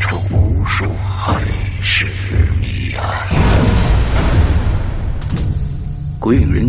出无数海市谜案。鬼影人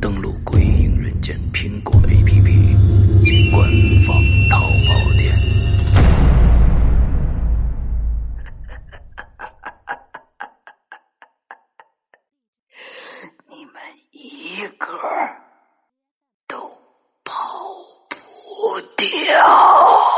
登录《鬼影人间》苹果 APP 及官方淘宝店。你们一个都跑不掉。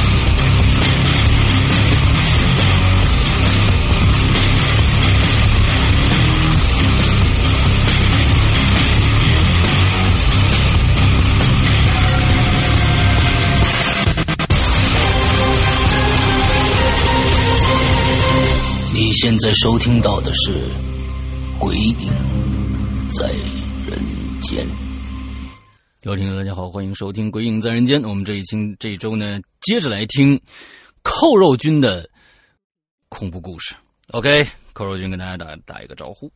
你现在收听到的是《鬼影在人间》。各位听众，大家好，欢迎收听《鬼影在人间》。我们这一期这一周呢，接着来听扣肉君的恐怖故事。OK，扣肉君跟大家打打一个招呼。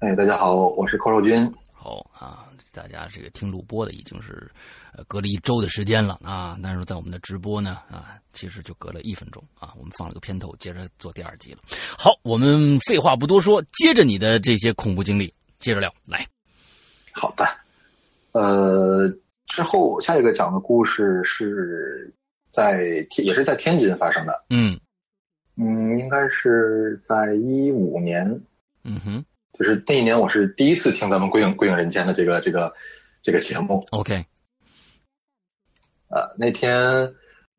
哎，大家好，我是寇肉君。好啊，大家这个听录播的已经是呃隔了一周的时间了啊，但是在我们的直播呢啊，其实就隔了一分钟啊，我们放了个片头，接着做第二集了。好，我们废话不多说，接着你的这些恐怖经历，接着聊来。好的，呃，之后下一个讲的故事是在天，也是在天津发生的。嗯嗯，应该是在一五年，嗯哼就是那一年我是第一次听咱们《鬼影鬼影人间》的这个这个这个节目。 ，OK，呃，那天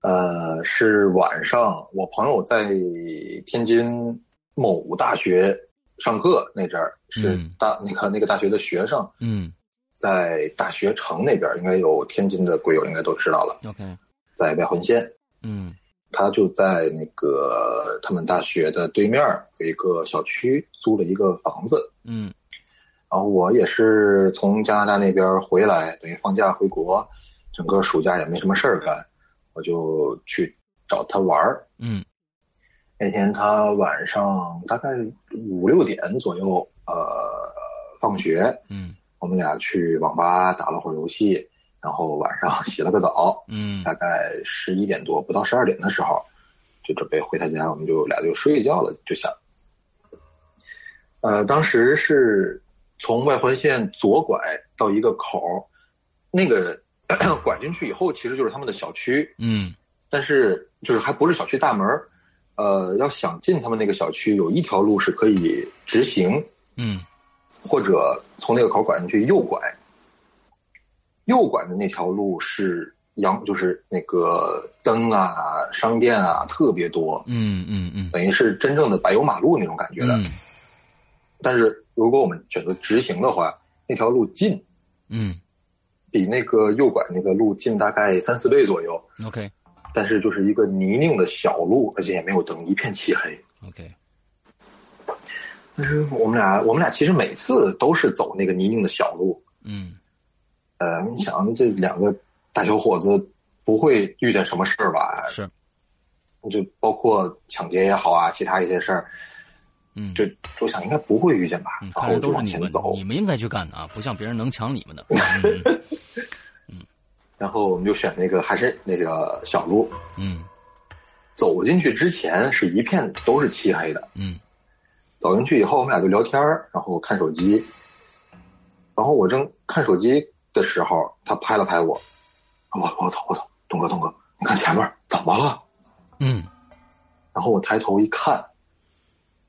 呃是晚上，我朋友在天津某大学上课那阵儿，是嗯大、那个那个大学的学生，嗯在大学城那边儿，应该有天津的鬼友应该都知道了， ，OK，在外环线，嗯他就在那个他们大学的对面儿有一个小区租了一个房子，嗯然后我也是从加拿大那边回来，等于放假回国，整个暑假也没什么事儿干，我就去找他玩儿。嗯那天他晚上大概五六点左右，呃，放学，嗯我们俩去网吧打了会儿游戏，然后晚上洗了个澡，嗯大概十一点多，不到十二点的时候，就准备回他家，我们就俩就睡觉了，就想，呃，当时是从外环线左拐到一个口儿，那个 拐进去以后，其实就是他们的小区，嗯但是就是还不是小区大门儿，呃，要想进他们那个小区，有一条路是可以直行，嗯或者从那个口拐进去右拐，右拐的那条路是阳，就是那个灯啊、商店啊特别多，嗯嗯嗯，等于是真正的柏油马路那种感觉的。但是如果我们选择直行的话，那条路近，嗯比那个右拐那个路近大概三四倍左右， ，OK 但是就是一个泥泞的小路，而且也没有灯，一片漆黑。 OK，但是我们俩，我们俩其实每次都是走那个泥泞的小路，嗯呃，你想这两个大小伙子不会遇见什么事儿吧？是，就包括抢劫也好啊，其他一些事儿，嗯，就我想应该不会遇见吧。嗯，然看后来就都是往你前们走，，你们应该去干的啊，不像别人能抢你 们的。嗯然后我们就选那个还是那个小路，嗯走进去之前是一片都是漆黑的，嗯走进去以后，我们俩就聊天儿，然后看手机。然后我正看手机的时候，他拍了拍我，我我操我操，东哥东哥，你看前面怎么了？嗯然后我抬头一看，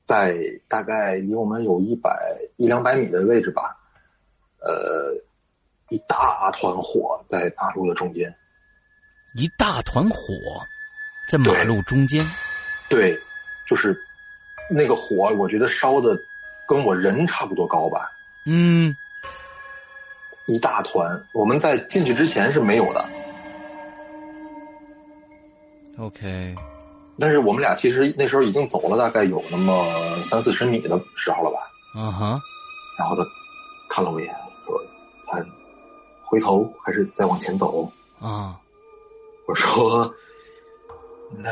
在大概离我们有一百一两百米的位置吧，呃，一大团火在马路的中间。一大团火在马路中间，对，就是那个火，我觉得烧的跟我人差不多高吧，嗯一大团。我们在进去之前是没有的， ，OK，但是我们俩其实那时候已经走了大概有那么三四十米的时候了吧。啊哈，然后他看了我一眼，说：“他回头还是再往前走哦啊，？”我说：“那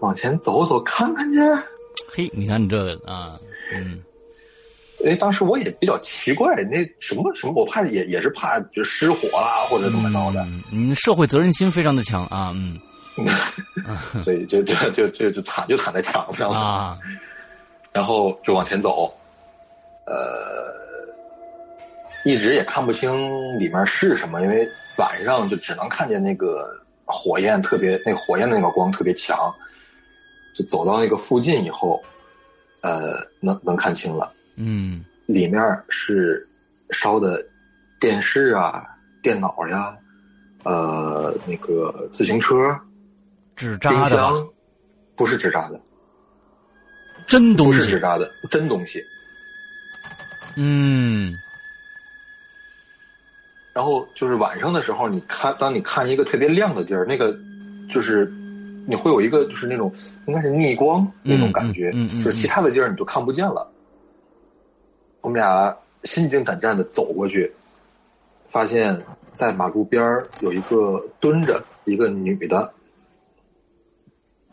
往前走走看看去。”嘿，你看你这个啊，嗯哎，当时我也比较奇怪，那什么什么，我怕也也是怕就失火啦，或者怎么着的，嗯，你社会责任心非常的强啊，嗯所以就就就就就惨就惨在墙上了。啊，然后就往前走，呃，一直也看不清里面是什么，因为晚上就只能看见那个火焰特别，那火焰的那个光特别强。就走到那个附近以后，呃，能能看清了，嗯里面是烧的电视啊、电脑呀、呃，那个自行车、纸冰扎的吧，箱，不是纸扎的，真东不是西纸，扎的，真东西。嗯然后就是晚上的时候，你看，当你看一个特别亮的地儿，那个就是你会有一个就是那种应该是逆光那种感觉，嗯嗯嗯嗯就是其他的地儿你就看不见了。我们俩心惊胆战的走过去，发现在马路边儿有一个蹲着一个女的，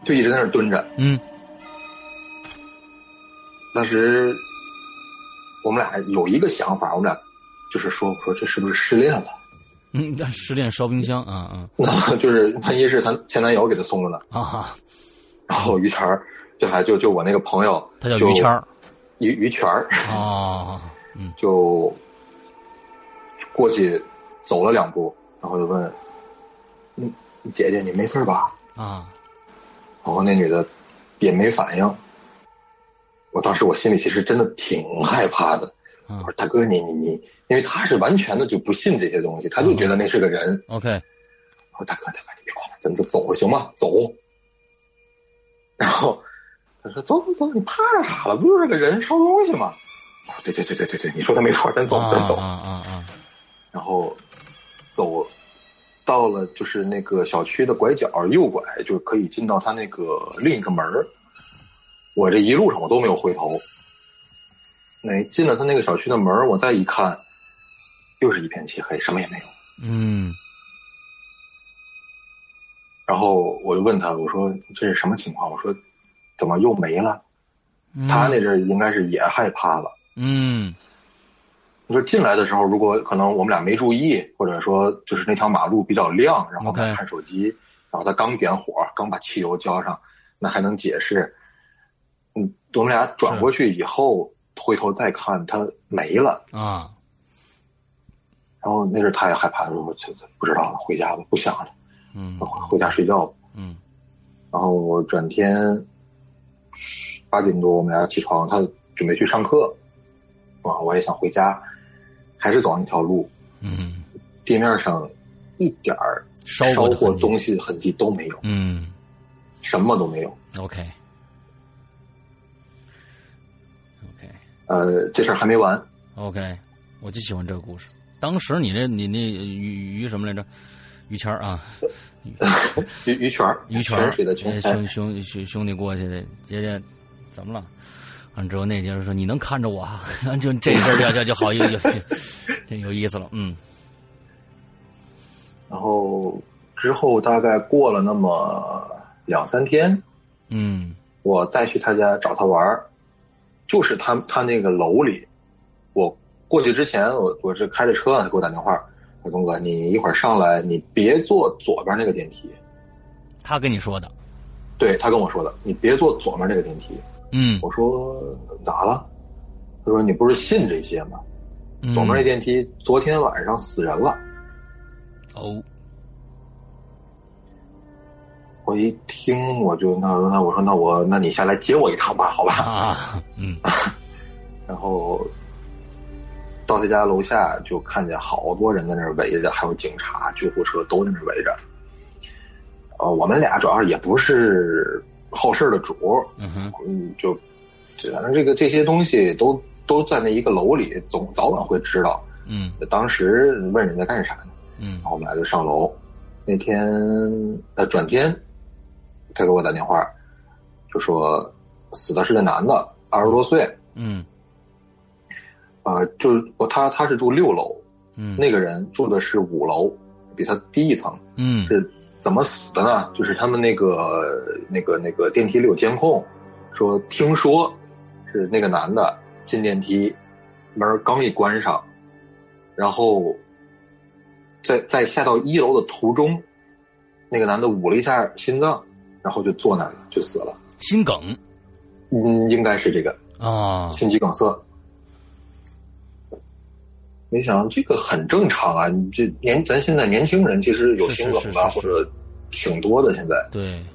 就一直在那儿蹲着。嗯当时我们俩有一个想法，我们俩就是说，我说这是不是失恋了？嗯，那十点烧冰箱啊啊 那就是万一是她前男友给她送的呢？啊哈，然后于谦儿，就还就就我那个朋友，他叫于谦儿于于谦儿啊，嗯就过去走了两步，然后就问：“嗯，姐姐，你没事儿吧啊，？”然后那女的也没反应。我当时我心里其实真的挺害怕的，我嗯说：“大哥，你你你，因为他是完全的就不信这些东西，他就觉得那是个人。 ，OK，我说大哥大哥，你别管了，咱咱走行吗？走。然后他说走走走，你怕着啥了？不就是个人烧东西吗？我说对对对对对对，你说的没错，咱走咱啊走。啊啊然后走到了就是那个小区的拐角右拐，就可以进到他那个另一个门儿我这一路上我都没有回头。那进了他那个小区的门儿我再一看，又是一片漆黑，什么也没有。嗯然后我就问他，我说这是什么情况？我说怎么又没了？嗯，他那阵儿应该是也害怕了。嗯你说进来的时候，如果可能我们俩没注意，或者说就是那条马路比较亮，然后我们 OK 俩看手机然后他刚点火，刚把汽油浇上，那还能解释。嗯，我们俩转过去以后，回头再看他没了，啊然后那阵儿他也害怕，说我这这不知道了，回家吧，不想了，嗯回回家睡觉吧。嗯然后我转天八点多我们俩起床，他准备去上课，啊，我也想回家，还是走那条路，嗯，地面上一点儿烧烧过的过痕迹东西的痕迹都没有，嗯什么都没有。 ，OK OK。呃，这事儿还没完， OK，我就喜欢这个故事。当时你这你那于于什么来着？于谦儿啊，于于泉儿，于谦泉儿，水的哎泉，兄兄兄兄弟过去的，姐姐怎么了？完之后那姐就说：“你能看着我啊？” 就这事儿就就就好有 有这有意思了。嗯然后之后大概过了那么两三天，嗯我再去他家找他玩儿，就是他他那个楼里，我过去之前，我我是开着车，啊他给我打电话，说东哥，你一会儿上来，你别坐左边那个电梯，他跟你说的对他跟我说的，你别坐左边那个电梯，嗯我说咋了？他说你不是信这些吗？嗯，左面那电梯昨天晚上死人了。哦，我一听我就那那我说那我那你下来接我一趟吧，好吧？啊，嗯然后到他家楼下就看见好多人在那儿围着，还有警察、救护车都在那儿围着。呃，我们俩主要也不是好事儿的主，嗯哼，嗯，就就反正这个这些东西都都在那一个楼里，总早晚会知道。嗯当时问人家干啥呢？嗯然后我们俩就上楼。那天呃，转天他给我打电话，就说死的是个男的，二十多岁，嗯啊，就是我他他是住六楼，嗯，那个人住的是五楼，比他低一层。嗯是怎么死的呢？就是他们那个那个那个电梯里有监控，说听说是那个男的进电梯，门刚一关上，然后在在下到一楼的途中，那个男的捂了一下心脏，然后就坐那里就死了。心梗嗯，应该是这个。啊，心肌梗塞。你想，这个很正常啊！你这年咱现在年轻人其实有是是心梗是是的或者挺多的，现在，对，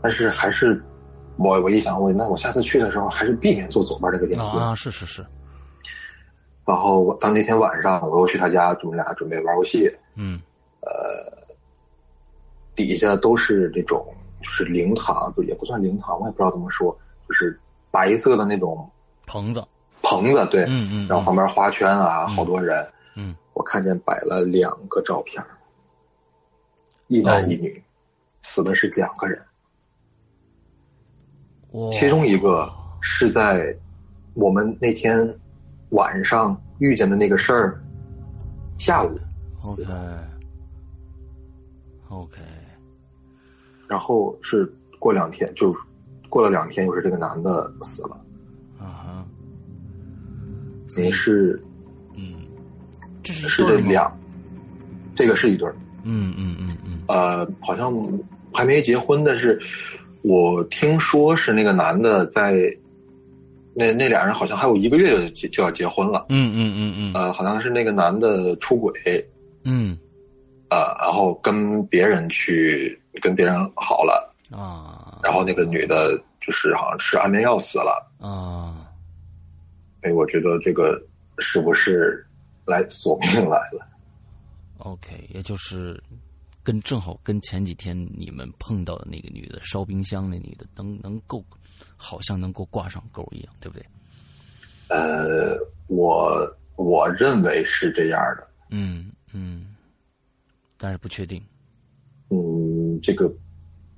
但是还是我我一想，我那我下次去的时候还是避免坐左边这个电梯。啊，是是是，然后我咱那天晚上我又去他家，我们俩准备玩游戏，嗯底下都是那种就是灵堂，不也不算灵堂，我也不知道怎么说，就是白色的那种棚子，棚子，对，嗯嗯，然后旁边花圈啊，好多人。嗯，我看见摆了两个照片儿，一哦男一女，死的是两个人，哇其中一个是在我们那天晚上遇见的那个事儿下午死 OK 的， OK，然后是过两天就过了两天，又是这个男的死了，啊哈，等于是嗯，这是是一这对儿吗，两，这个是一对儿，嗯嗯嗯嗯，呃，好像还没结婚，但是我听说是那个男的在那那俩人好像还有一个月就结就要结婚了，嗯嗯嗯嗯呃，好像是那个男的出轨，嗯呃，然后跟别人去跟别人好了，啊，然后那个女的就是好像吃安眠药死了，啊，所以我觉得这个是不是来索命来了？ OK，也就是跟正好跟前几天你们碰到的那个女的烧冰箱那女的能能够，好像能够挂上钩一样，对不对？呃，我我认为是这样的，嗯嗯，但是不确定。嗯，这个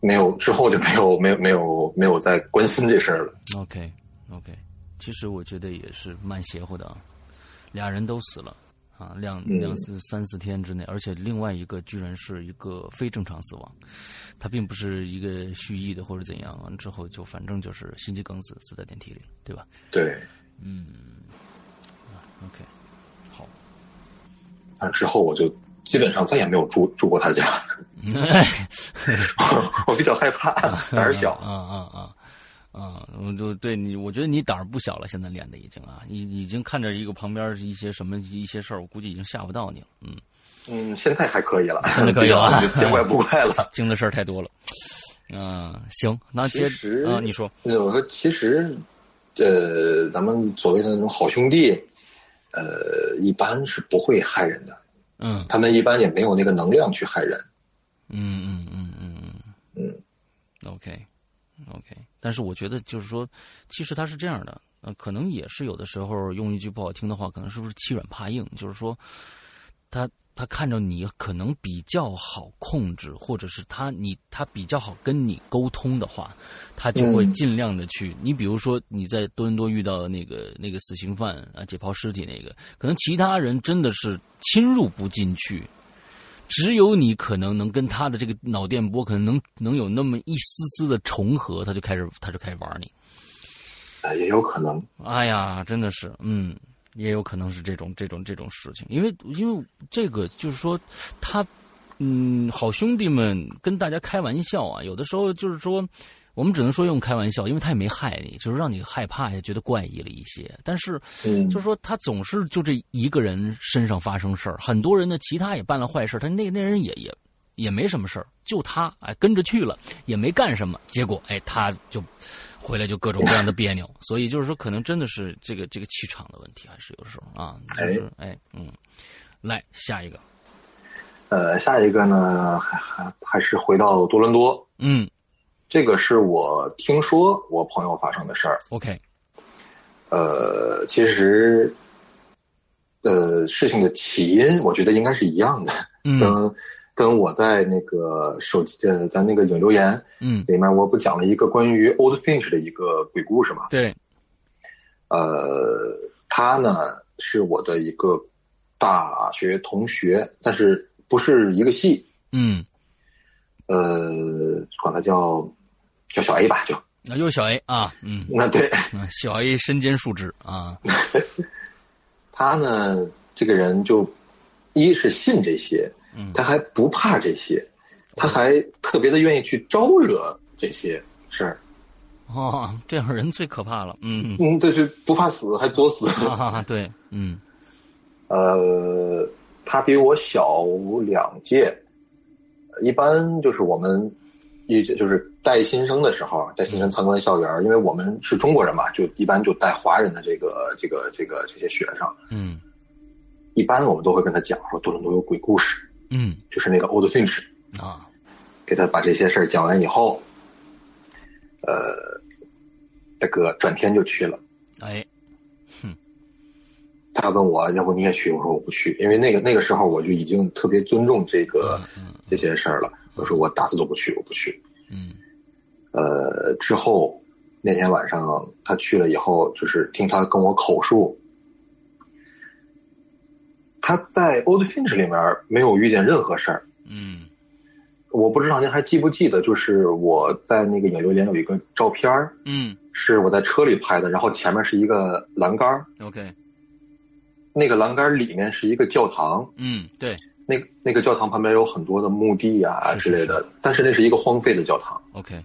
没有之后就没有没有没有没有再关心这事儿了。 OK OK，其实我觉得也是蛮邪乎的啊，俩人都死了啊，两嗯两四三四天之内，而且另外一个居然是一个非正常死亡，他并不是一个蓄意的或者怎样，完了之后就反正就是心肌梗死，死在电梯里了，对吧？对，嗯啊，OK，好， 那之后我就基本上再也没有住住过他家， 我比较害怕，胆儿小。 啊啊啊啊！我就对你，我觉得你胆儿不小了，现在练的已经啊，已已经看着一个旁边一些什么一些事儿，我估计已经吓不到你了，嗯， 嗯，现在还可以了，现在可以了 啊见怪不怪了。经的事儿太多了。嗯、行，那接其实啊，你说，那我说，其实，呃，咱们所谓的那种好兄弟，呃，一般是不会害人的，嗯他们一般也没有那个能量去害人。嗯嗯嗯嗯嗯，OK OK，但是我觉得就是说，其实他是这样的，呃，可能也是有的时候用一句不好听的话，可能是不是欺软怕硬，就是说，他他看着你可能比较好控制，或者是他你他比较好跟你沟通的话，他就会嗯尽量的去。你比如说你在多伦多遇到的那个那个死刑犯啊，解剖尸体那个，可能其他人真的是侵入不进去。只有你可能能跟他的这个脑电波可能能能有那么一丝丝的重合，他就开始他就开始玩你。呃，也有可能，哎呀，真的是，嗯，也有可能是这种这种这种事情，因为因为这个就是说，他，嗯，好兄弟们跟大家开玩笑啊，有的时候就是说，我们只能说用开玩笑，因为他也没害你，就是让你害怕也觉得怪异了一些。但是，嗯就是说他总是就这一个人身上发生事儿，很多人呢，其他也办了坏事，他那那人也也也没什么事儿，就他哎跟着去了，也没干什么，结果哎他就回来就各种各样的别扭，所以就是说可能真的是这个这个气场的问题，还是有时候啊，就是哎嗯，来下一个，呃，下一个呢，还还还是回到多伦多，嗯这个是我听说我朋友发生的事儿。 ，OK，呃，其实，呃，事情的起因，我觉得应该是一样的，嗯跟跟我在那个手机呃，咱那个引流言嗯，里面，我不讲了一个关于 Old Finch 的一个鬼故事嘛？对，呃，他呢是我的一个大学同学，但是不是一个系，嗯，呃，管他叫叫小 A 吧，就那又小 A 啊，嗯，那对嗯小 A 身兼数职啊，他呢，这个人就一是信这些，嗯他还不怕这些，他还特别的愿意去招惹这些事儿。哦，这样人最可怕了，嗯，啊嗯，这是不怕死还作死。 哈哈哈，对，嗯呃，他比我小两届，一般就是我们一就是带新生的时候，啊带新生参观校园，因为我们是中国人嘛，就一般就带华人的这个这个这个这些学生，嗯一般我们都会跟他讲说多伦多有鬼故事，嗯就是那个 Old Finch。啊，给他把这些事儿讲完以后，呃，大哥转天就去了。哎，他问我要不你也去，我说我不去，因为那个那个时候我就已经特别尊重这个嗯嗯这些事儿了。我说我打死都不去，我不去。嗯呃，之后那天晚上他去了以后，就是听他跟我口述，他在 Old Finch 里面没有遇见任何事儿，嗯我不知道您还记不记得，就是我在那个影流连有一个照片儿，嗯是我在车里拍的，然后前面是一个栏杆儿， ，OK，那个栏杆儿里面是一个教堂，嗯，对，那个那个教堂旁边有很多的墓地啊是之是类的，但是那是一个荒废的教堂。 OK，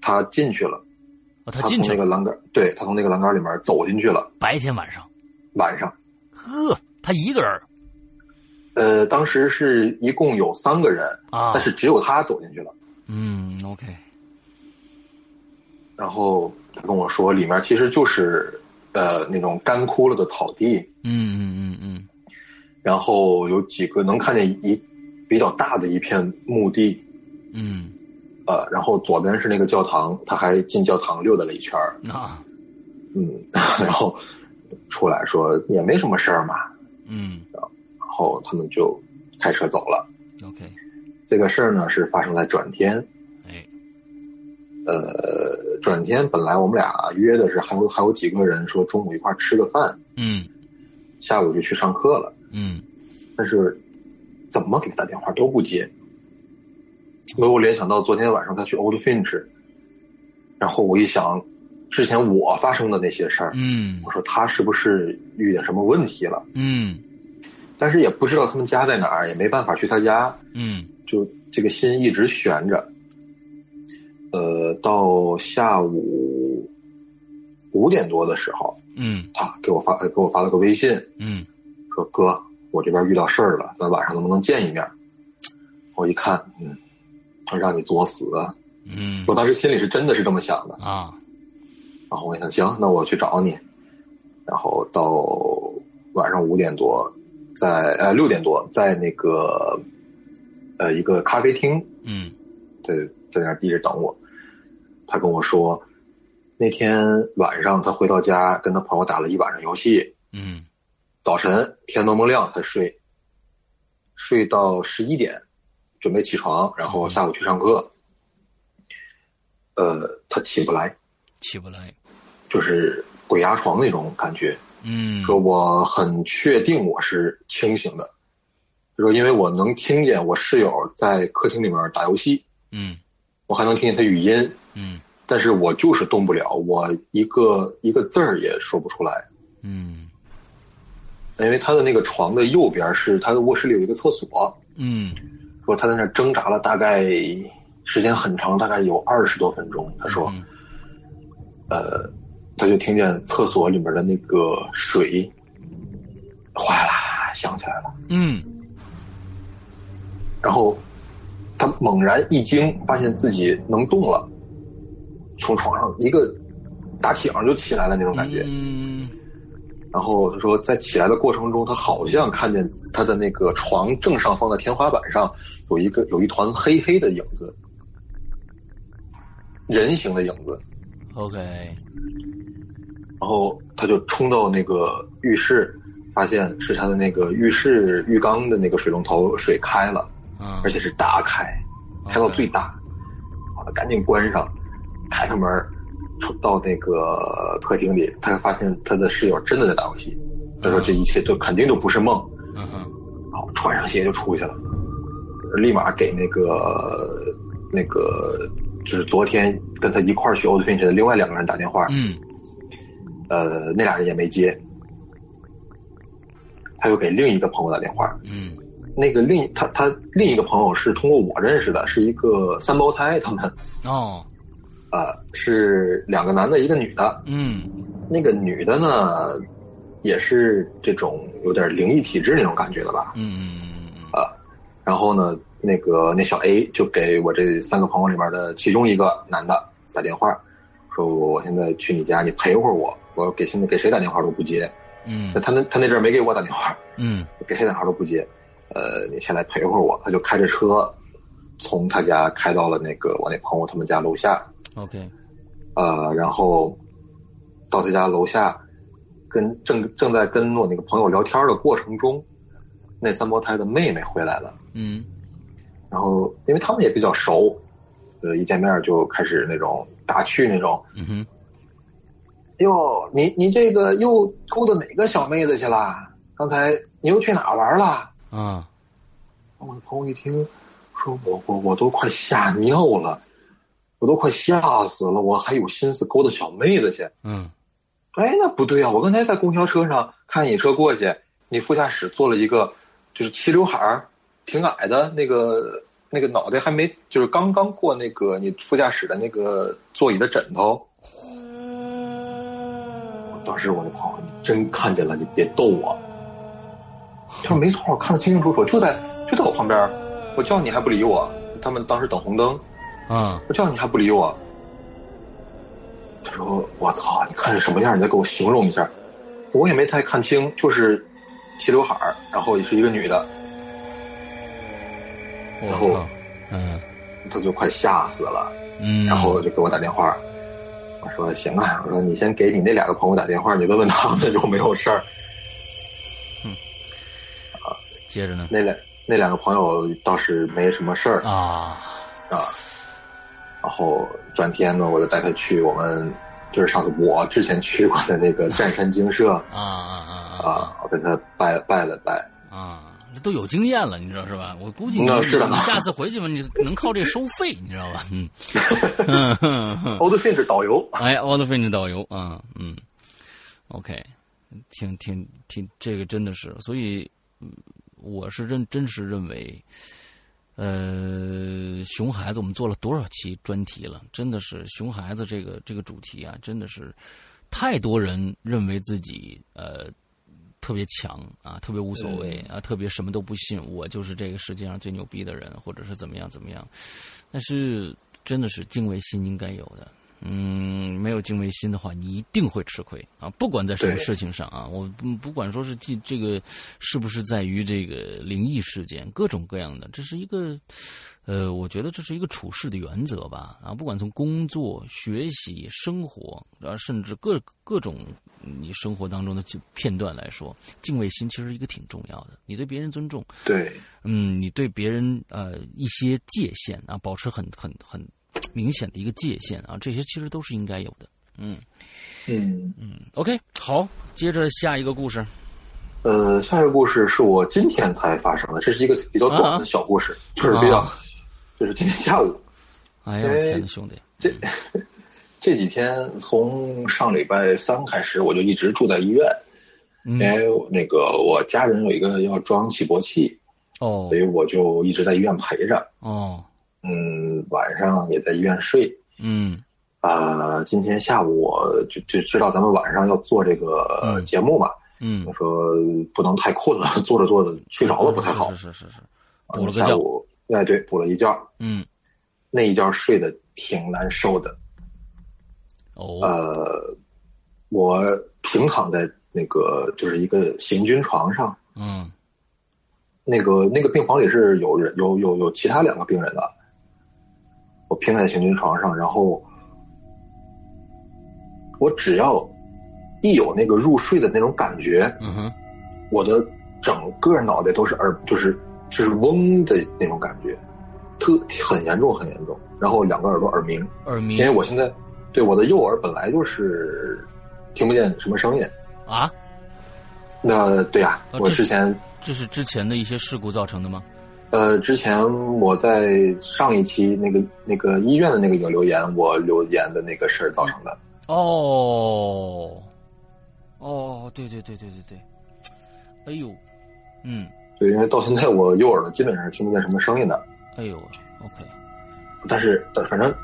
他进去了，哦，他他进从去那个了，栏杆儿，对他从那个栏杆儿里面走进去了。白天晚上，晚上，呵，他一个人儿呃，当时是一共有三个人，啊但，是只有他走进去了。嗯，OK，然后他跟我说，里面其实就是呃那种干枯了的草地，嗯嗯嗯嗯然后有几个能看见一比较大的一片墓地，嗯，呃，然后左边是那个教堂，他还进教堂溜达了一圈儿啊，嗯， 然后出来说也没什么事儿嘛，嗯然后他们就开车走了。 ，OK，这个事儿呢是发生在转天，哎，呃，转天本来我们俩约的是还有还有几个人说中午一块儿吃个饭，嗯下午就去上课了，嗯但是怎么给他打电话都不接，因为我联想到昨天晚上他去 Old Finch，然后我一想之前我发生的那些事儿，嗯我说他是不是遇见什么问题了？嗯但是也不知道他们家在哪儿，也没办法去他家，嗯就这个心一直悬着。呃，到下午五点多的时候，嗯他给我发呃给我发了个微信，嗯，说哥，我这边遇到事儿了，咱晚上能不能见一面？我一看，嗯，他让你作死啊！嗯我当时心里是真的是这么想的，啊，然后我想行，那我去找你。然后到晚上五点多，在呃六点多，在那个呃一个咖啡厅，嗯在在那儿一直等我。他跟我说，那天晚上他回到家，跟他朋友打了一晚上游戏，嗯早晨天蒙蒙亮才睡，睡到十一点，准备起床，然后下午去上课。呃，他起不来，起不来，就是鬼压床那种感觉。嗯说我很确定我是清醒的，就说因为我能听见我室友在客厅里面打游戏，嗯我还能听见他语音，嗯但是我就是动不了，我一个一个字儿也说不出来，嗯因为他的那个床的右边是他的卧室里有一个厕所，嗯说他在那儿挣扎了大概时间很长，大概有二十多分钟。他说，嗯呃，他就听见厕所里面的那个水哗啦响起来了，嗯然后他猛然一惊，发现自己能动了，从床上一个打挺就起来了那种感觉。嗯然后他说，在起来的过程中，他好像看见他的那个床正上方的天花板上有一个有一团黑黑的影子，人形的影子。 ，OK，然后他就冲到那个浴室，发现是他的那个浴室浴缸的那个水龙头水开了，嗯，而且是大开，开到 OK 最大。好了，赶紧关上，开开门，出到那个客厅里，他发现他的室友真的在打游戏。他说这一切都肯定都不是梦，嗯哼，然后穿上鞋就出去了，立马给那个那个就是昨天跟他一块儿去 Old Finch 的另外两个人打电话，嗯呃，那俩人也没接，他又给另一个朋友打电话，嗯那个另他他另一个朋友是通过我认识的，是一个三胞胎，他们哦啊、呃是两个男的，一个女的，嗯那个女的呢也是这种有点灵异体质那种感觉的吧，嗯嗯嗯啊然后呢，那个那小 A 就给我这三个朋友里面的其中一个男的打电话，说我我现在去你家，你陪会儿我。我给现在给谁打电话都不接，嗯那他那他那阵儿没给我打电话，嗯给谁打电话都不接。呃，你下来陪会儿我。他就开着车从他家开到了那个我那朋友他们家楼下， ，OK，呃，然后到他家楼下，跟正正在跟我那个朋友聊天的过程中，那三胞胎的妹妹回来了。嗯然后因为他们也比较熟，呃，一见面就开始那种打趣那种，嗯哼，哟，你你这个又勾搭哪个小妹子去啦？刚才你又去哪儿玩啦？啊我的朋友一听，说我我我都快吓尿了，我都快吓死了，我还有心思勾搭小妹子去？嗯哎，那不对啊！我刚才在公交车上看你车过去，你副驾驶坐了一个就是齐刘海儿、挺矮的那个那个脑袋还没就是刚刚过那个你副驾驶的那个座椅的枕头。我当时我那朋友，你真看见了，你别逗我！他说没错，我看得清清楚楚，就在就在我旁边儿，我叫你还不理我。他们当时等红灯，啊我叫你还不理我。他说：“我操，你看见什么样？你再给我形容一下。”我也没太看清，就是齐刘海儿，然后也是一个女的，然我后靠，嗯他就快吓死了。嗯，然后就给我打电话，我说：“行啊，我说你先给你那俩个朋友打电话，你问问他们有没有事儿。接着呢”那两那两个朋友倒是没什么事儿啊，啊。然后转天呢，我就带他去我们就是上次我之前去过的那个占山精舍。啊啊啊啊，我跟他拜拜了拜，啊啊！这都有经验了，你知道是吧？我估计你那嗯是的你下次回去吧，你能靠这收费，你知道吧？嗯 嗯， 欧德逊是导游，哎，奥德菲尼导游啊，嗯，OK，挺挺挺，这个真的是，所以嗯我是认真实认为，呃，熊孩子我们做了多少期专题了，真的是熊孩子这个这个主题啊，真的是太多人认为自己呃特别强啊，特别无所谓啊，特别什么都不信，我就是这个世界上最牛逼的人，或者是怎么样怎么样。但是真的是敬畏心应该有的，嗯，没有敬畏心的话，你一定会吃亏啊，不管在什么对事情上啊，我嗯不管说是这这个是不是在于这个灵异事件，各种各样的，这是一个。呃，我觉得这是一个处事的原则吧，啊，不管从工作、学习、生活，啊，甚至各各种你生活当中的这片段来说，敬畏心其实一个挺重要的。你对别人尊重，对，嗯，你对别人呃一些界限啊，保持很很很明显的一个界限啊，这些其实都是应该有的。嗯嗯， ，OK，好，接着下一个故事。呃，下一个故事是我今天才发生的，这是一个比较短啊的小故事，就是比较，啊 就是今天下午哎呀，我天哪，兄弟，这这几天，从上礼拜三开始，我就一直住在医院，嗯因，为那个我家人有一个要装起搏器，哦哎所以我就一直在医院陪着。哦，嗯，晚上也在医院睡。嗯啊、今天下午我就就知道咱们晚上要做这个嗯节目嘛，嗯我，说不能太困了，做着做着睡着了不太好。是是是是，是啊补了个下觉，午哎，对，补了一觉，嗯，那一觉睡得挺难受的。哦，呃，我平躺在那个就是一个行军床上，嗯那个那个病房里是有人有有有其他两个病人的，我平躺在行军床上，然后我只要一有那个入睡的那种感觉，嗯哼，我的整个脑袋都是耳就是就是嗡的那种感觉，特很严重很严重，然后两个耳朵耳鸣，耳鸣因为我现在对我的右耳本来就是听不见什么声音，啊，那对呀、啊我这是之前这是之前的一些事故造成的吗？呃，之前我在上一期那个那个医院的那个有留言，我留言的那个事儿造成嗯的。哦，哦，对对对对对对，哎呦，嗯，对，因为到现在我右耳朵基本上是听不见什么声音的，哎呦，OK，但是但反正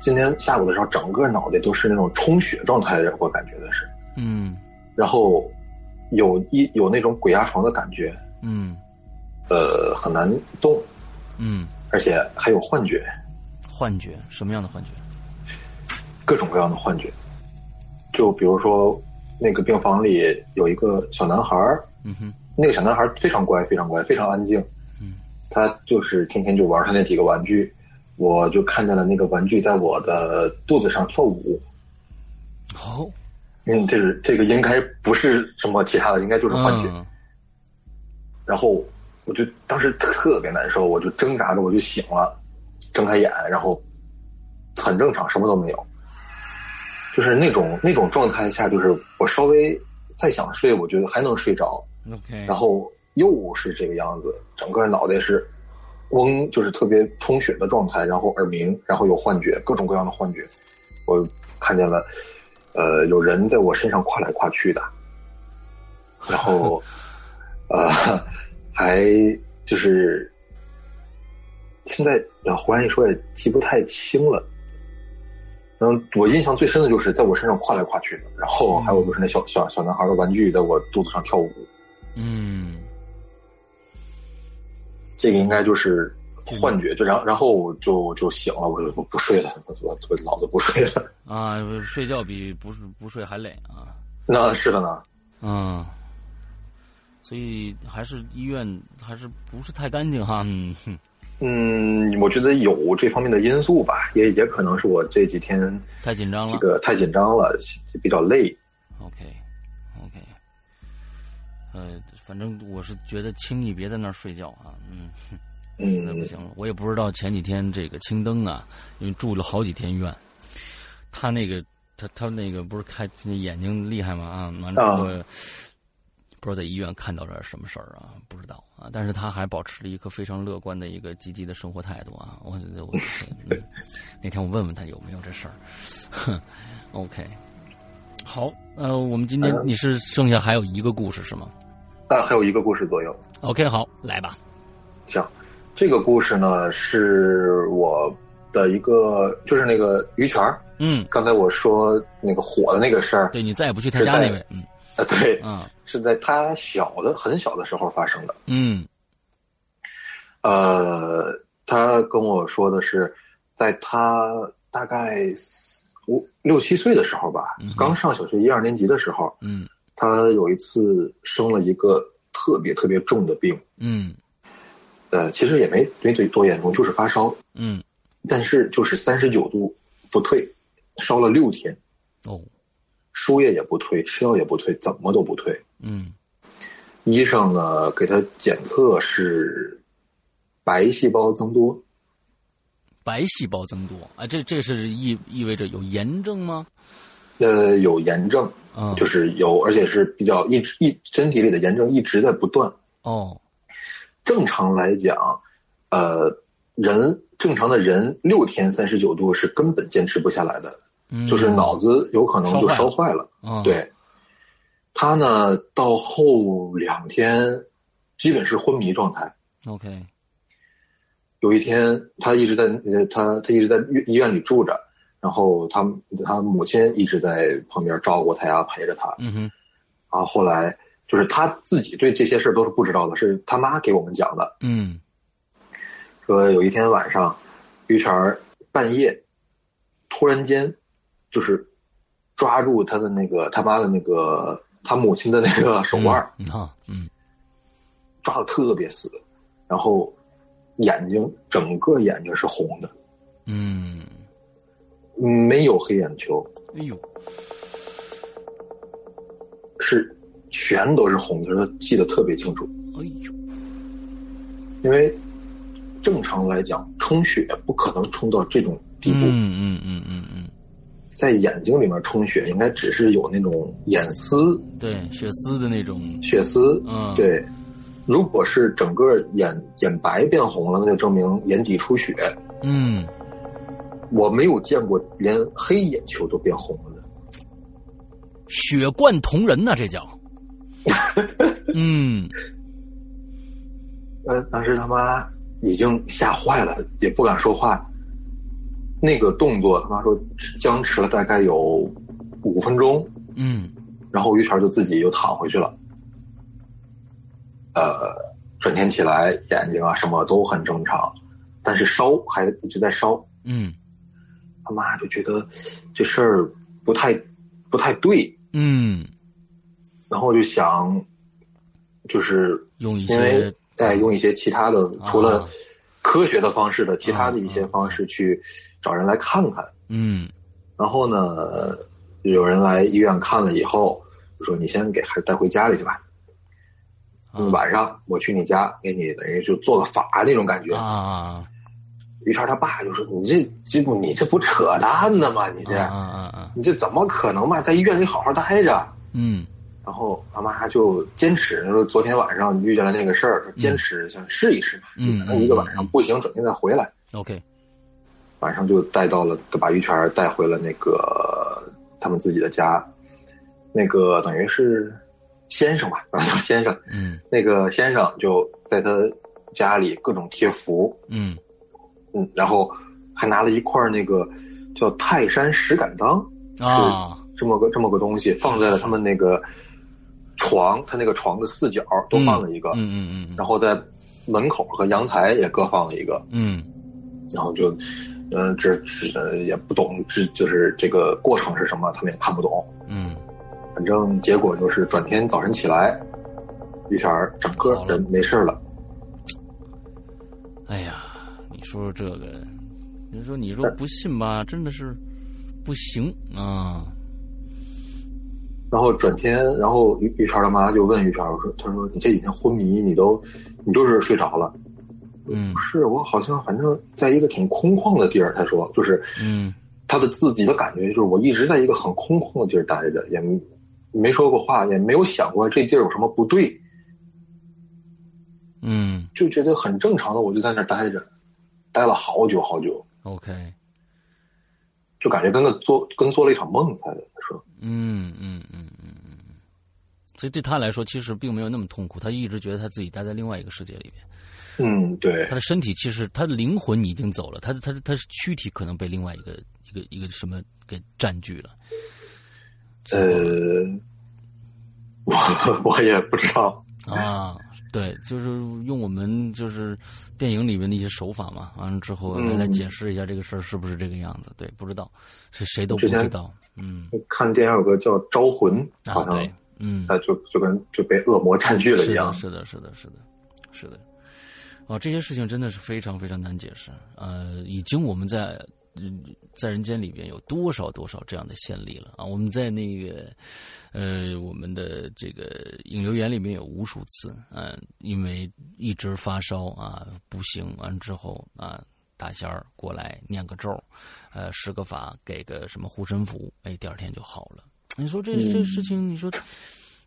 今天下午的时候，整个脑袋都是那种充血状态，我感觉的是，嗯然后有一有那种鬼压床的感觉，嗯呃，很难动，嗯，而且还有幻觉，幻觉什么样的幻觉？各种各样的幻觉，就比如说那个病房里有一个小男孩儿，嗯哼，那个小男孩非常乖，非常乖，非常安静。嗯，他就是天天就玩他那几个玩具，我就看见了那个玩具在我的肚子上跳舞。哦，嗯，这是这个应该不是什么其他的，应该就是幻觉。嗯然后我就当时特别难受，我就挣扎着我就醒了，睁开眼，然后很正常，什么都没有。就是那种那种状态下，就是我稍微再想睡，我觉得还能睡着，嗯，OK，然后又是这个样子，整个脑袋是嗡，就是特别充血的状态，然后耳鸣，然后有幻觉，各种各样的幻觉。我看见了，呃，有人在我身上跨来跨去的，然后，呃，还就是现在呃忽然一说也记不太清了。嗯，我印象最深的就是在我身上跨来跨去的，然后还有就是那小小小男孩的玩具在我肚子上跳舞，嗯这个应该就是幻觉，就然后然后我就就醒了，我就不不睡了，我我我老子不睡了。 啊，睡觉比不不睡还累啊，那是的呢，嗯。所以还是医院还是不是太干净哈，嗯哼嗯，我觉得有这方面的因素吧，也也可能是我这几天太紧张了。这个太紧张了，比较累。 OK，OK，、呃，反正我是觉得，请你别在那儿睡觉啊，嗯，实在嗯不，行了。我也不知道前几天这个青灯啊，因为住了好几天院，他那个他他那个不是开眼睛厉害吗？啊，完了之后。不知道在医院看到了什么事儿啊？不知道啊，但是他还保持了一个非常乐观的一个积极的生活态度啊！我我、 嗯、那天我问问他有没有这事儿。 哼 OK，好，呃，我们今天你是剩下还有一个故事是吗那还有一个故事左右， ？OK，好，来吧。行，这个故事呢是我的一个，就是那个于泉儿，嗯，刚才我说那个火的那个事儿，对你再也不去他家那位，嗯啊，对，啊是在他小的很小的时候发生的。嗯呃，他跟我说的是，在他大概四五六七岁的时候吧嗯哼，刚上小学一二年级的时候，嗯他有一次生了一个特别特别重的病，嗯呃，其实也没没多多严重，就是发烧，嗯，但是就是三十九度不退，烧了六天，哦，输液也不退，吃药也不退，怎么都不退。嗯医生呢给他检测是白细胞增多，白细胞增多啊，这这是意意味着有炎症吗？呃，有炎症。啊，就是有，而且是比较一直一身体里的炎症一直在不断。哦，正常来讲，呃，人正常的人六天三十九度是根本坚持不下来的，嗯就是脑子有可能就烧烧坏了。嗯啊，对，他呢到后两天基本是昏迷状态， ，OK，有一天他一直在呃他他一直在医院里住着，然后他他母亲一直在旁边照顾他呀，陪着他。嗯哼，然啊后后来就是他自己对这些事儿都是不知道的，是他妈给我们讲的。嗯说有一天晚上，于泉儿半夜突然间就是抓住他的那个他妈的那个他母亲的那个手腕儿，嗯啊，嗯抓的特别死，然后眼睛整个眼睛是红的，嗯嗯，没有黑眼球，哎呦，是全都是红的，他记得特别清楚。哎呦，因为正常来讲，充血不可能冲到这种地步，嗯嗯嗯嗯嗯，在眼睛里面充血应该只是有那种眼丝、对，血丝的那种，血丝，嗯，，对。如果是整个眼眼白变红了，那就证明眼底出血。嗯，我没有见过连黑眼球都变红了的。血贯同人呐、这叫，嗯呃，当时他妈已经吓坏了，也不敢说话。那个动作，他妈说僵持了大概有五分钟，嗯然后于泉就自己又躺回去了。呃，转天起来眼睛啊什么都很正常，但是烧还一直在烧。嗯他妈就觉得这事儿不太不太对，嗯，然后就想，就是用一因为些，哎，用一些其他的除了啊科学的方式的其他的一些方式去找人来看看。嗯然后呢，有人来医院看了以后，就说你先给孩子带回家里去吧。啊嗯晚上我去你家给你等于就做个法那种感觉。啊于谦他爸就说：“你这这不你这不扯淡呢吗？你这、啊啊啊，你这怎么可能嘛？在医院里好好待着。”嗯然后他妈就坚持说：“昨天晚上遇见了那个事儿，说坚持想试一试吧，嗯反正一个晚上嗯不行，转天再回来。 ，OK，” 晚上就带到了，把于谦带回了那个他们自己的家。那个等于是先生吧， 啊，先生，嗯那个先生就在他家里各种贴符，嗯，嗯，然后还拿了一块那个叫泰山石敢当啊，这么个这么个东西，放在了他们那个床，他那个床的四角都放了一个，嗯嗯嗯，然后在门口和阳台也各放了一个，嗯然后就，嗯、呃，这这呃也不懂，这就是这个过程是什么，他们也看不懂。嗯反正结果就是转天早晨起来，于谦儿整个人没事儿了。嗯，哎呀，你说说这个，你说你说不信吧，真的是不行啊，然后转天，然后于于谦儿他妈就问于谦儿说：“他说你这几天昏迷，你都你就是睡着了？嗯不是，我好像反正在一个挺空旷的地儿。”他说：“就是嗯他的自己的感觉就是我一直在一个很空旷的地儿待着，也没说过话，也没有想过这地儿有什么不对，嗯就觉得很正常的，我就在那儿待着，待了好久好久， ，OK，就感觉跟个做跟做了一场梦似的。”他说嗯嗯嗯嗯嗯嗯，所以对他来说，其实并没有那么痛苦。他一直觉得他自己待在另外一个世界里面，：“嗯，对他，的身体其实他的灵魂已经走了，他的他的他的躯体可能被另外一个一个一个什么给占据了。呃，我 我也不知道，啊，对，就是用我们就是电影里面的一些手法嘛，完了之后嗯来来解释一下这个事儿是不是这个样子。对，不知道，谁谁都不之前知道。嗯看电影有个叫《招魂》，啊好，像对，嗯，他就就跟就被恶魔占据了一是的，样。是的，是的，是的，是的。哦，这些事情真的是非常非常难解释。呃，已经我们在嗯在人间里边有多少多少这样的先例了啊！我们在那个呃我们的这个引流员里面有无数次，嗯、因为一直发烧啊不行，完之后啊大仙儿过来念个咒，呃施个法，给个什么护身符，哎，第二天就好了。你说嗯这这事情，你说，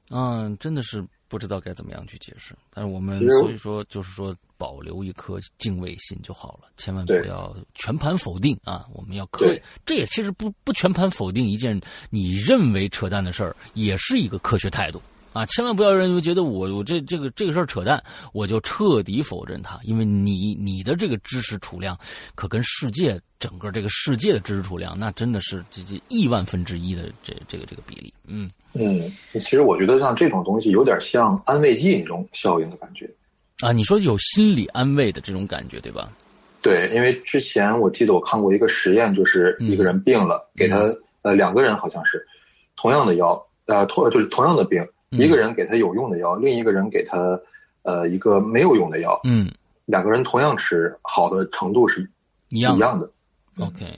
啊，真的是不知道该怎么样去解释。但是我们其实所以说，就是说保留一颗敬畏心就好了，千万不对要全盘否定啊！我们要科对，这也其实不不全盘否定一件你认为扯淡的事儿，也是一个科学态度啊，千万不要让人觉得我我这这个这个事儿扯淡，我就彻底否认它，因为你你的这个知识储量可跟世界整个这个世界的知识储量，那真的是这这亿万分之一的这这个这个比例，嗯嗯，其实我觉得像这种东西有点像安慰剂那种效应的感觉。啊，你说有心理安慰的这种感觉，对吧？对，因为之前我记得我看过一个实验，就是嗯一个人病了，给他呃两个人好像是同样的药，呃同就是同样的病，嗯一个人给他有用的药，另一个人给他呃一个没有用的药，嗯，两个人同样吃，好的程度是一一样的。样的。 OK，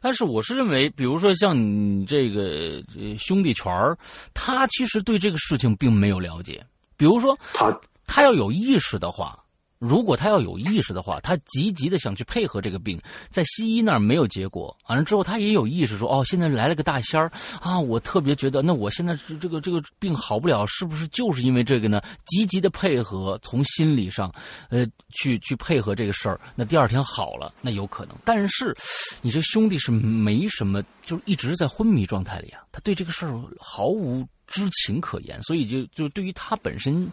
但是我是认为，比如说像你这个呃兄弟权儿，他其实对这个事情并没有了解。比如说，他他要有意识的话，如果他要有意识的话，他积极的想去配合这个病，在西医那儿没有结果，完了之后他也有意识说，哦，现在来了个大仙儿啊，我特别觉得，那我现在这这个这个病好不了，是不是就是因为这个呢？积极的配合，从心理上，呃，去去配合这个事儿，那第二天好了，那有可能。但是，你这兄弟是没什么，就是一直在昏迷状态里啊，他对这个事儿毫无知情可言，所以就就对于他本身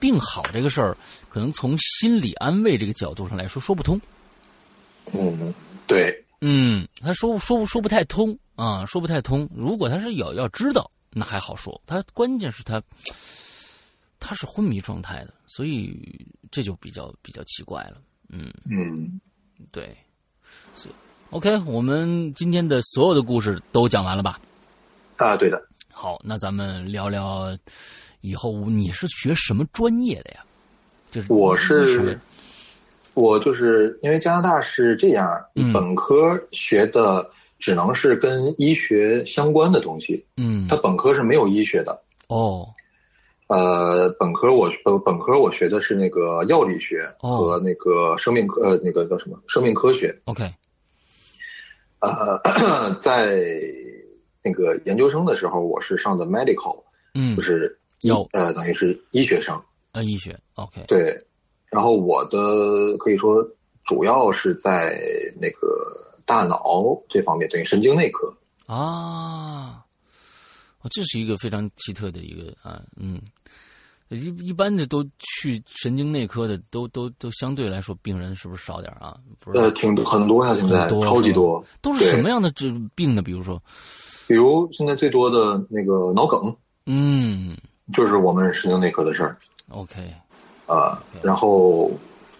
病好这个事儿，可能从心理安慰这个角度上来说说不通。嗯，对，嗯，他说说说不太通啊，说不太通。如果他是有要知道，那还好说。他关键是他他是昏迷状态的，所以这就比较比较奇怪了。嗯，嗯，对，是 OK。我们今天的所有的故事都讲完了吧？啊，对的，好，那咱们聊聊以后你是学什么专业的呀？就是我嗯你是学我就是因为加拿大是这样，嗯本科学的只能是跟医学相关的东西，嗯它本科是没有医学的。哦呃，本科我本本科我学的是那个药理学哦和那个生命科，呃，那个叫什么生命科学。 OK 呃，在那个研究生的时候，我是上的 medical，嗯就是医药呃，等于是医学生。呃医学 OK 对，然后我的可以说主要是在那个大脑这方面，等于神经内科。啊，哦，这是一个非常奇特的一个啊嗯。一一般的都去神经内科的，都都都相对来说病人是不是少点儿啊？不是呃，挺多很多呀、现在很多超级是吧多，都是什对么样的这病呢？比如说，比如现在最多的那个脑梗，嗯就是我们神经内科的事儿。 ，OK，呃，然后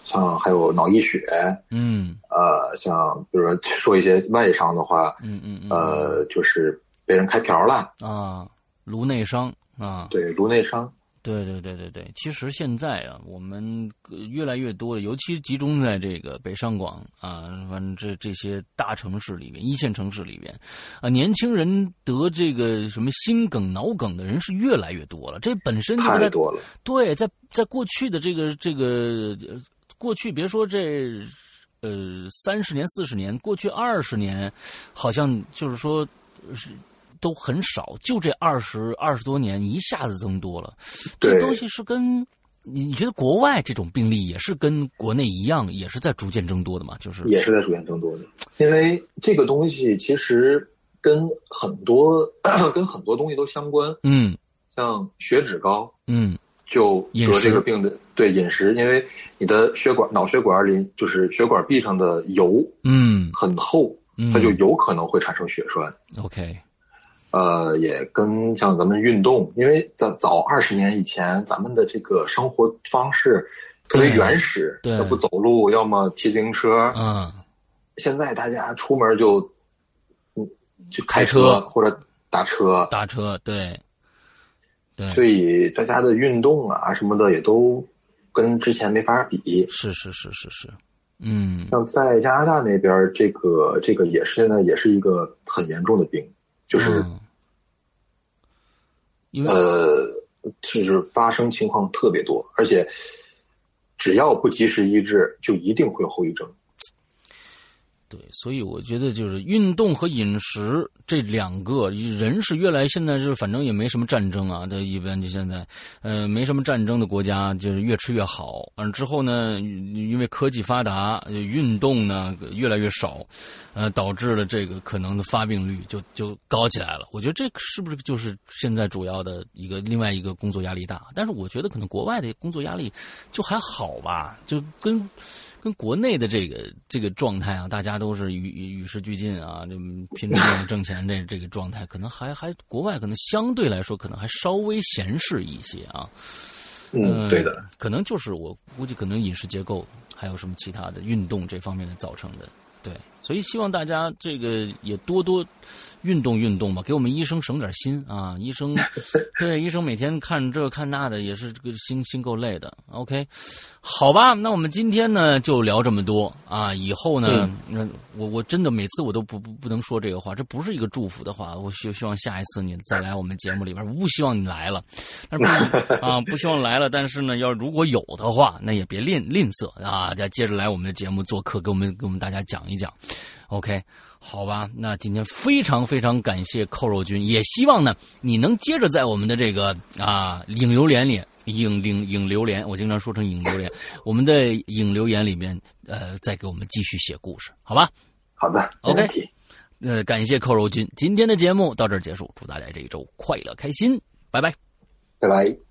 像还有脑溢血，嗯呃，像比如说说一些外伤的话，嗯嗯嗯，呃，就是被人开瓢了，啊，颅内伤啊，对，颅内伤，对对对对对，其实现在啊，我们呃越来越多的，尤其集中在这个北上广啊，反正这这些大城市里面，一线城市里面，啊，年轻人得这个什么心梗、脑梗的人是越来越多了。这本身就是太在多了。对，在在过去的这个这个呃过去，别说这呃三十年四十年，过去二十年，好像就是说呃是都很少，就这二十二十多年一下子增多了。这对东西是跟你你觉得国外这种病例也是跟国内一样，也是在逐渐增多的嘛？就是也是在逐渐增多的，因为这个东西其实跟很多 跟很多东西都相关，嗯像血脂高嗯就饮得食这个病的，对饮食，因为你的血管脑血管里就是血管壁上的油嗯很厚，嗯，它就有可能会产生血栓。 OK 呃，也跟像咱们运动，因为在早二十年以前，咱们的这个生活方式特别对原始，对要不走路，要么骑自行车。嗯现在大家出门就，嗯，就开开车或者打车，搭车对对所以大家的运动啊什么的也都跟之前没法比。是是是是是嗯。像在加拿大那边，这个这个也是现在也是一个很严重的病，就是、嗯、因为呃，就是发生情况特别多，而且只要不及时医治，就一定会有后遗症。对，所以我觉得就是运动和饮食这两个，人是越来现在是反正也没什么战争啊，这一般就现在，呃，没什么战争的国家就是越吃越好。嗯，之后呢，因为科技发达，运动呢越来越少，呃，导致了这个可能的发病率就就高起来了。我觉得这个是不是就是现在主要的一个另外一个工作压力大？但是我觉得可能国外的工作压力就还好吧，就跟。跟国内的这个这个状态啊，大家都是与与时俱进啊，这拼命挣钱这这个状态，可能还还国外可能相对来说可能还稍微闲适一些啊。嗯，对的，呃、可能就是我估计可能饮食结构还有什么其他的运动这方面的造成的。对，所以希望大家这个也多多运动运动吧，给我们医生省点心 啊！医生，对医生每天看这看那的，也是这个心心够累的。OK，好吧，那我们今天呢就聊这么多啊！以后呢，那、嗯、我我真的每次我都不不不能说这个话，这不是一个祝福的话。我希希望下一次你再来我们节目里边，我不希望你来了，但是不啊不希望来了，但是呢，要如果有的话，那也别吝吝啬啊，再接着来我们的节目做客，给我们给我们大家讲。一讲，OK，好吧，那今天非常非常感谢扣肉君，也希望呢你能接着在我们的这个啊影流连里影影影流连，我经常说成影流连， 我们的影留言里面呃再给我们继续写故事，好吧？好的，OK，呃，感谢扣肉君，今天的节目到这儿结束，祝大家这一周快乐开心，拜拜，拜拜。